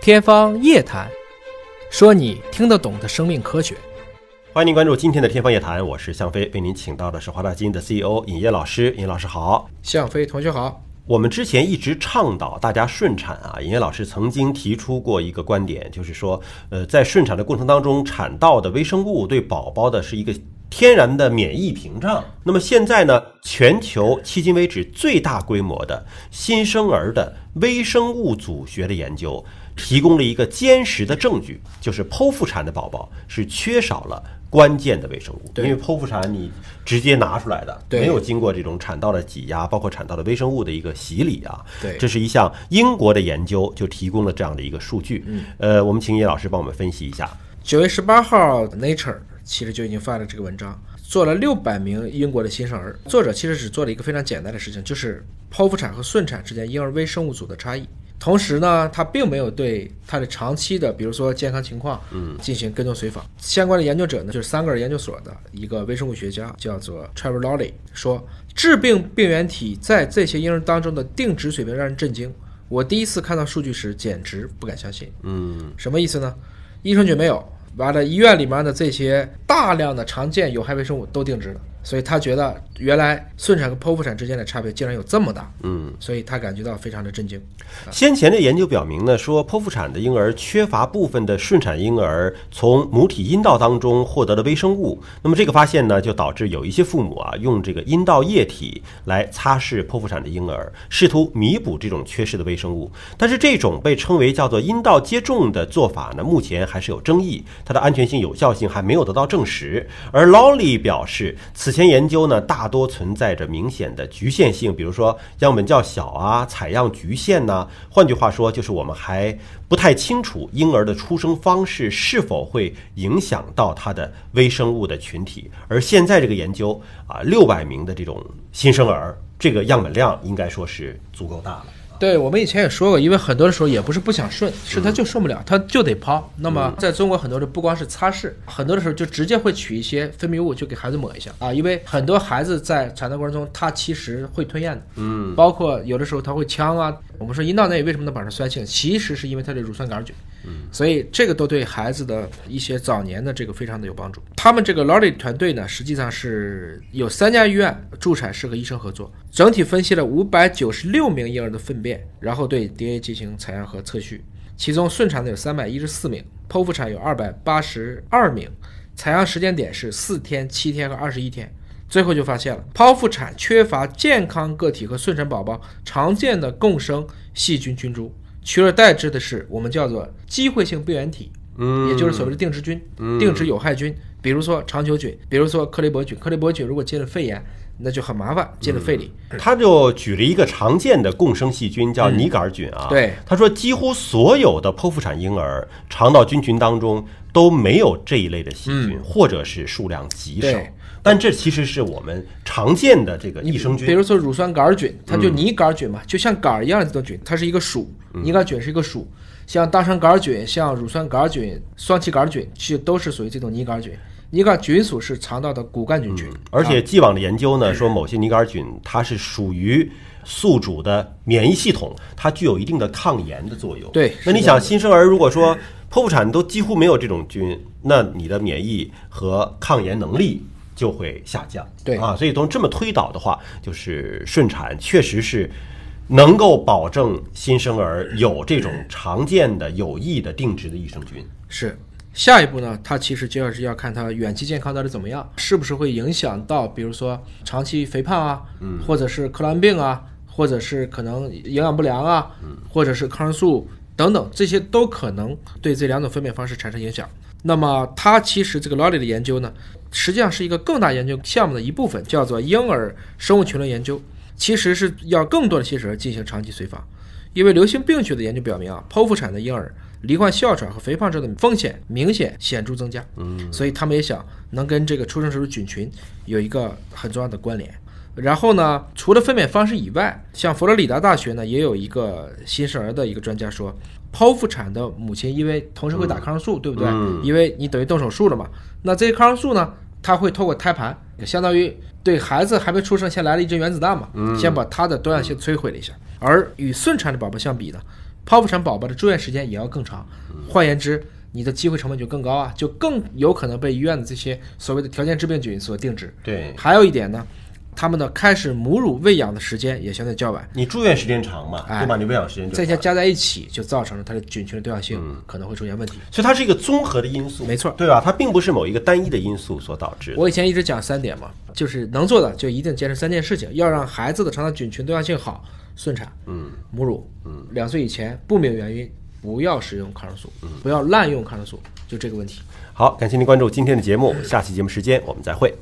天方夜谭，说你听得懂的生命科学。欢迎您关注今天的《天方夜谭》，我是向飞，为您请到的是华大基因的 CEO 尹烨老师。尹老师好，向飞同学好，我们之前一直倡导大家顺产啊，尹烨老师曾经提出过一个观点，就是说，呃，在顺产的过程当中，产道的微生物对宝宝的是一个天然的免疫屏障。那么现在呢，全球迄今为止最大规模的新生儿的微生物组学的研究，提供了一个坚实的证据，就是剖腹产的宝宝是缺少了。关键的微生物，因对为剖腹产你直接拿出来的，对没有经过这种产道的挤压，包括产道的微生物的一个洗礼啊。对这是一项英国的研究就提供了这样的一个数据。呃，我们请叶老师帮我们分析一下。九月十八号，《Nature》其实就已经发了这个文章，做了六百名英国的新生儿。作者其实只做了一个非常简单的事情，就是剖腹产和顺产之间婴儿微生物组的差异。同时呢，他并没有对他的长期的，比如说健康情况，嗯，进行跟踪随访。相关的研究者呢，就是三个研究所的一个微生物学家，叫做 Trevor Lolly，说致病病原体在这些婴儿当中的定值水平让人震惊。我第一次看到数据时，简直不敢相信。嗯，什么意思呢？益生菌没有，完了医院里面的这些大量的常见有害微生物都定植了，所以他觉得原来顺产和剖腹产之间的差别竟然有这么大，嗯，所以他感觉到非常的震惊。先前的研究表明呢，说剖腹产的婴儿缺乏部分的顺产婴儿从母体阴道当中获得的微生物。那么这个发现呢，就导致有一些父母啊，用这个阴道液体来擦拭剖腹产的婴儿，试图弥补这种缺失的微生物。但是这种被称为叫做阴道接种的做法呢，目前还是有争议，它的安全性、有效性还没有得到证实。而 Lolly 表示，此前研究呢大多存在着明显的局限性，比如说样本较小啊、采样局限呐、换句话说，就是我们还不太清楚婴儿的出生方式是否会影响到他的微生物的群体。而现在这个研究啊，六百名的这种新生儿，这个样本量应该说是足够大了。对我们以前也说过，因为很多的时候也不是不想顺，是他就顺不了，他就得剖。那么在中国很多的不光是擦拭，很多的时候就直接会取一些分泌物就给孩子抹一下啊，因为很多孩子在产道过程中他其实会吞咽的，嗯，包括有的时候他会呛啊。我们说阴道内为什么能保持酸性，其实是因为它的乳酸杆菌，嗯，所以这个都对孩子的一些早年的这个非常的有帮助。他们这个 Lolly 团队呢，实际上是有三家医院助产士和医生合作，整体分析了五百九十六名婴儿的粪便，然后对 DNA 进行采样和测序，其中顺产的有三百一十四名，剖腹产有二百八十二名，采样时间点是四天、七天和二十一天。最后就发现了，剖腹产缺乏健康个体和顺产宝宝常见的共生细菌菌株，取而代之的是我们叫做机会性病原体，嗯也就是所谓的定植菌、定植有害菌，比如说肠球菌，比如说克雷伯菌。克雷伯菌如果进了肺炎，那就很麻烦，进了肺里。他就举了一个常见的共生细菌，叫拟杆菌啊。嗯对，他说几乎所有的剖腹产婴儿肠道菌群当中都没有这一类的细菌，或者是数量极少嗯对。但这其实是我们常见的这个益生比菌。嗯如说乳酸杆菌，它就拟杆菌嘛，就像杆儿一样的这种菌，它是一个属，拟杆菌是一个属。像大肠杆菌、像乳酸杆菌、双歧杆菌，其实都是属于这种拟杆菌。拟杆菌属是肠道的骨干菌群，而且既往的研究嗯呢，说某些拟杆菌它是属于宿主的免疫系统，它具有一定的抗炎的作用。对那你是这样想新生儿如果说剖腹产都几乎没有这种菌，那你的免疫和抗炎能力就会下降。对啊，所以从这么推导的话，就是顺产确实是。能够保证新生儿有这种常见的有益的定植的益生菌，是。下一步呢，它其实就要是要看它远期健康到底怎么样，是不是会影响到，比如说长期肥胖啊，嗯，或者是克兰病啊，或者是可能营养不良啊，嗯，或者是抗生素等等，这些都可能对这两种分娩方式产生影响。那么它其实这个 Lolly 的研究呢，实际上是一个更大研究项目的一部分，叫做婴儿生物群落研究，其实是要更多的新生儿进行长期随访。因为流行病学的研究表明啊，剖腹产的婴儿罹患哮喘和肥胖症的风险明显显著增加。嗯，所以他们也想能跟这个出生时的菌群有一个很重要的关联。然后呢，除了分娩方式以外，像佛罗里达大学呢，也有一个新生儿的一个专家说，剖腹产的母亲因为同时会打抗生素，对不对？因为你等于动手术了嘛，那这些抗生素呢，它会透过胎盘，相当于对孩子还没出生，先来了一针原子弹嘛，先把他的多样性摧毁了一下。而与顺产的宝宝相比呢，剖腹产宝宝的住院时间也要更长。换言之，你的机会成本就更高啊，就更有可能被医院的这些所谓的条件致病菌所定制。对还有一点呢，他们的开始母乳喂养的时间也相对较晚，你住院时间长嘛，哎对吧？你喂养时间就这长些加在一起就造成了它的菌群的多样性可能会出现问题。所以它是一个综合的因素，没错对吧？它并不是某一个单一的因素所导致的。我以前一直讲三点嘛，就是能做的就一定坚持三件事情，要让孩子的肠道菌群多样性好，顺产，嗯，母乳，嗯，两岁以前不明原因不要使用抗生素，不要滥用抗生素，就这个问题。好，感谢您关注今天的节目，下期节目时间我们再会。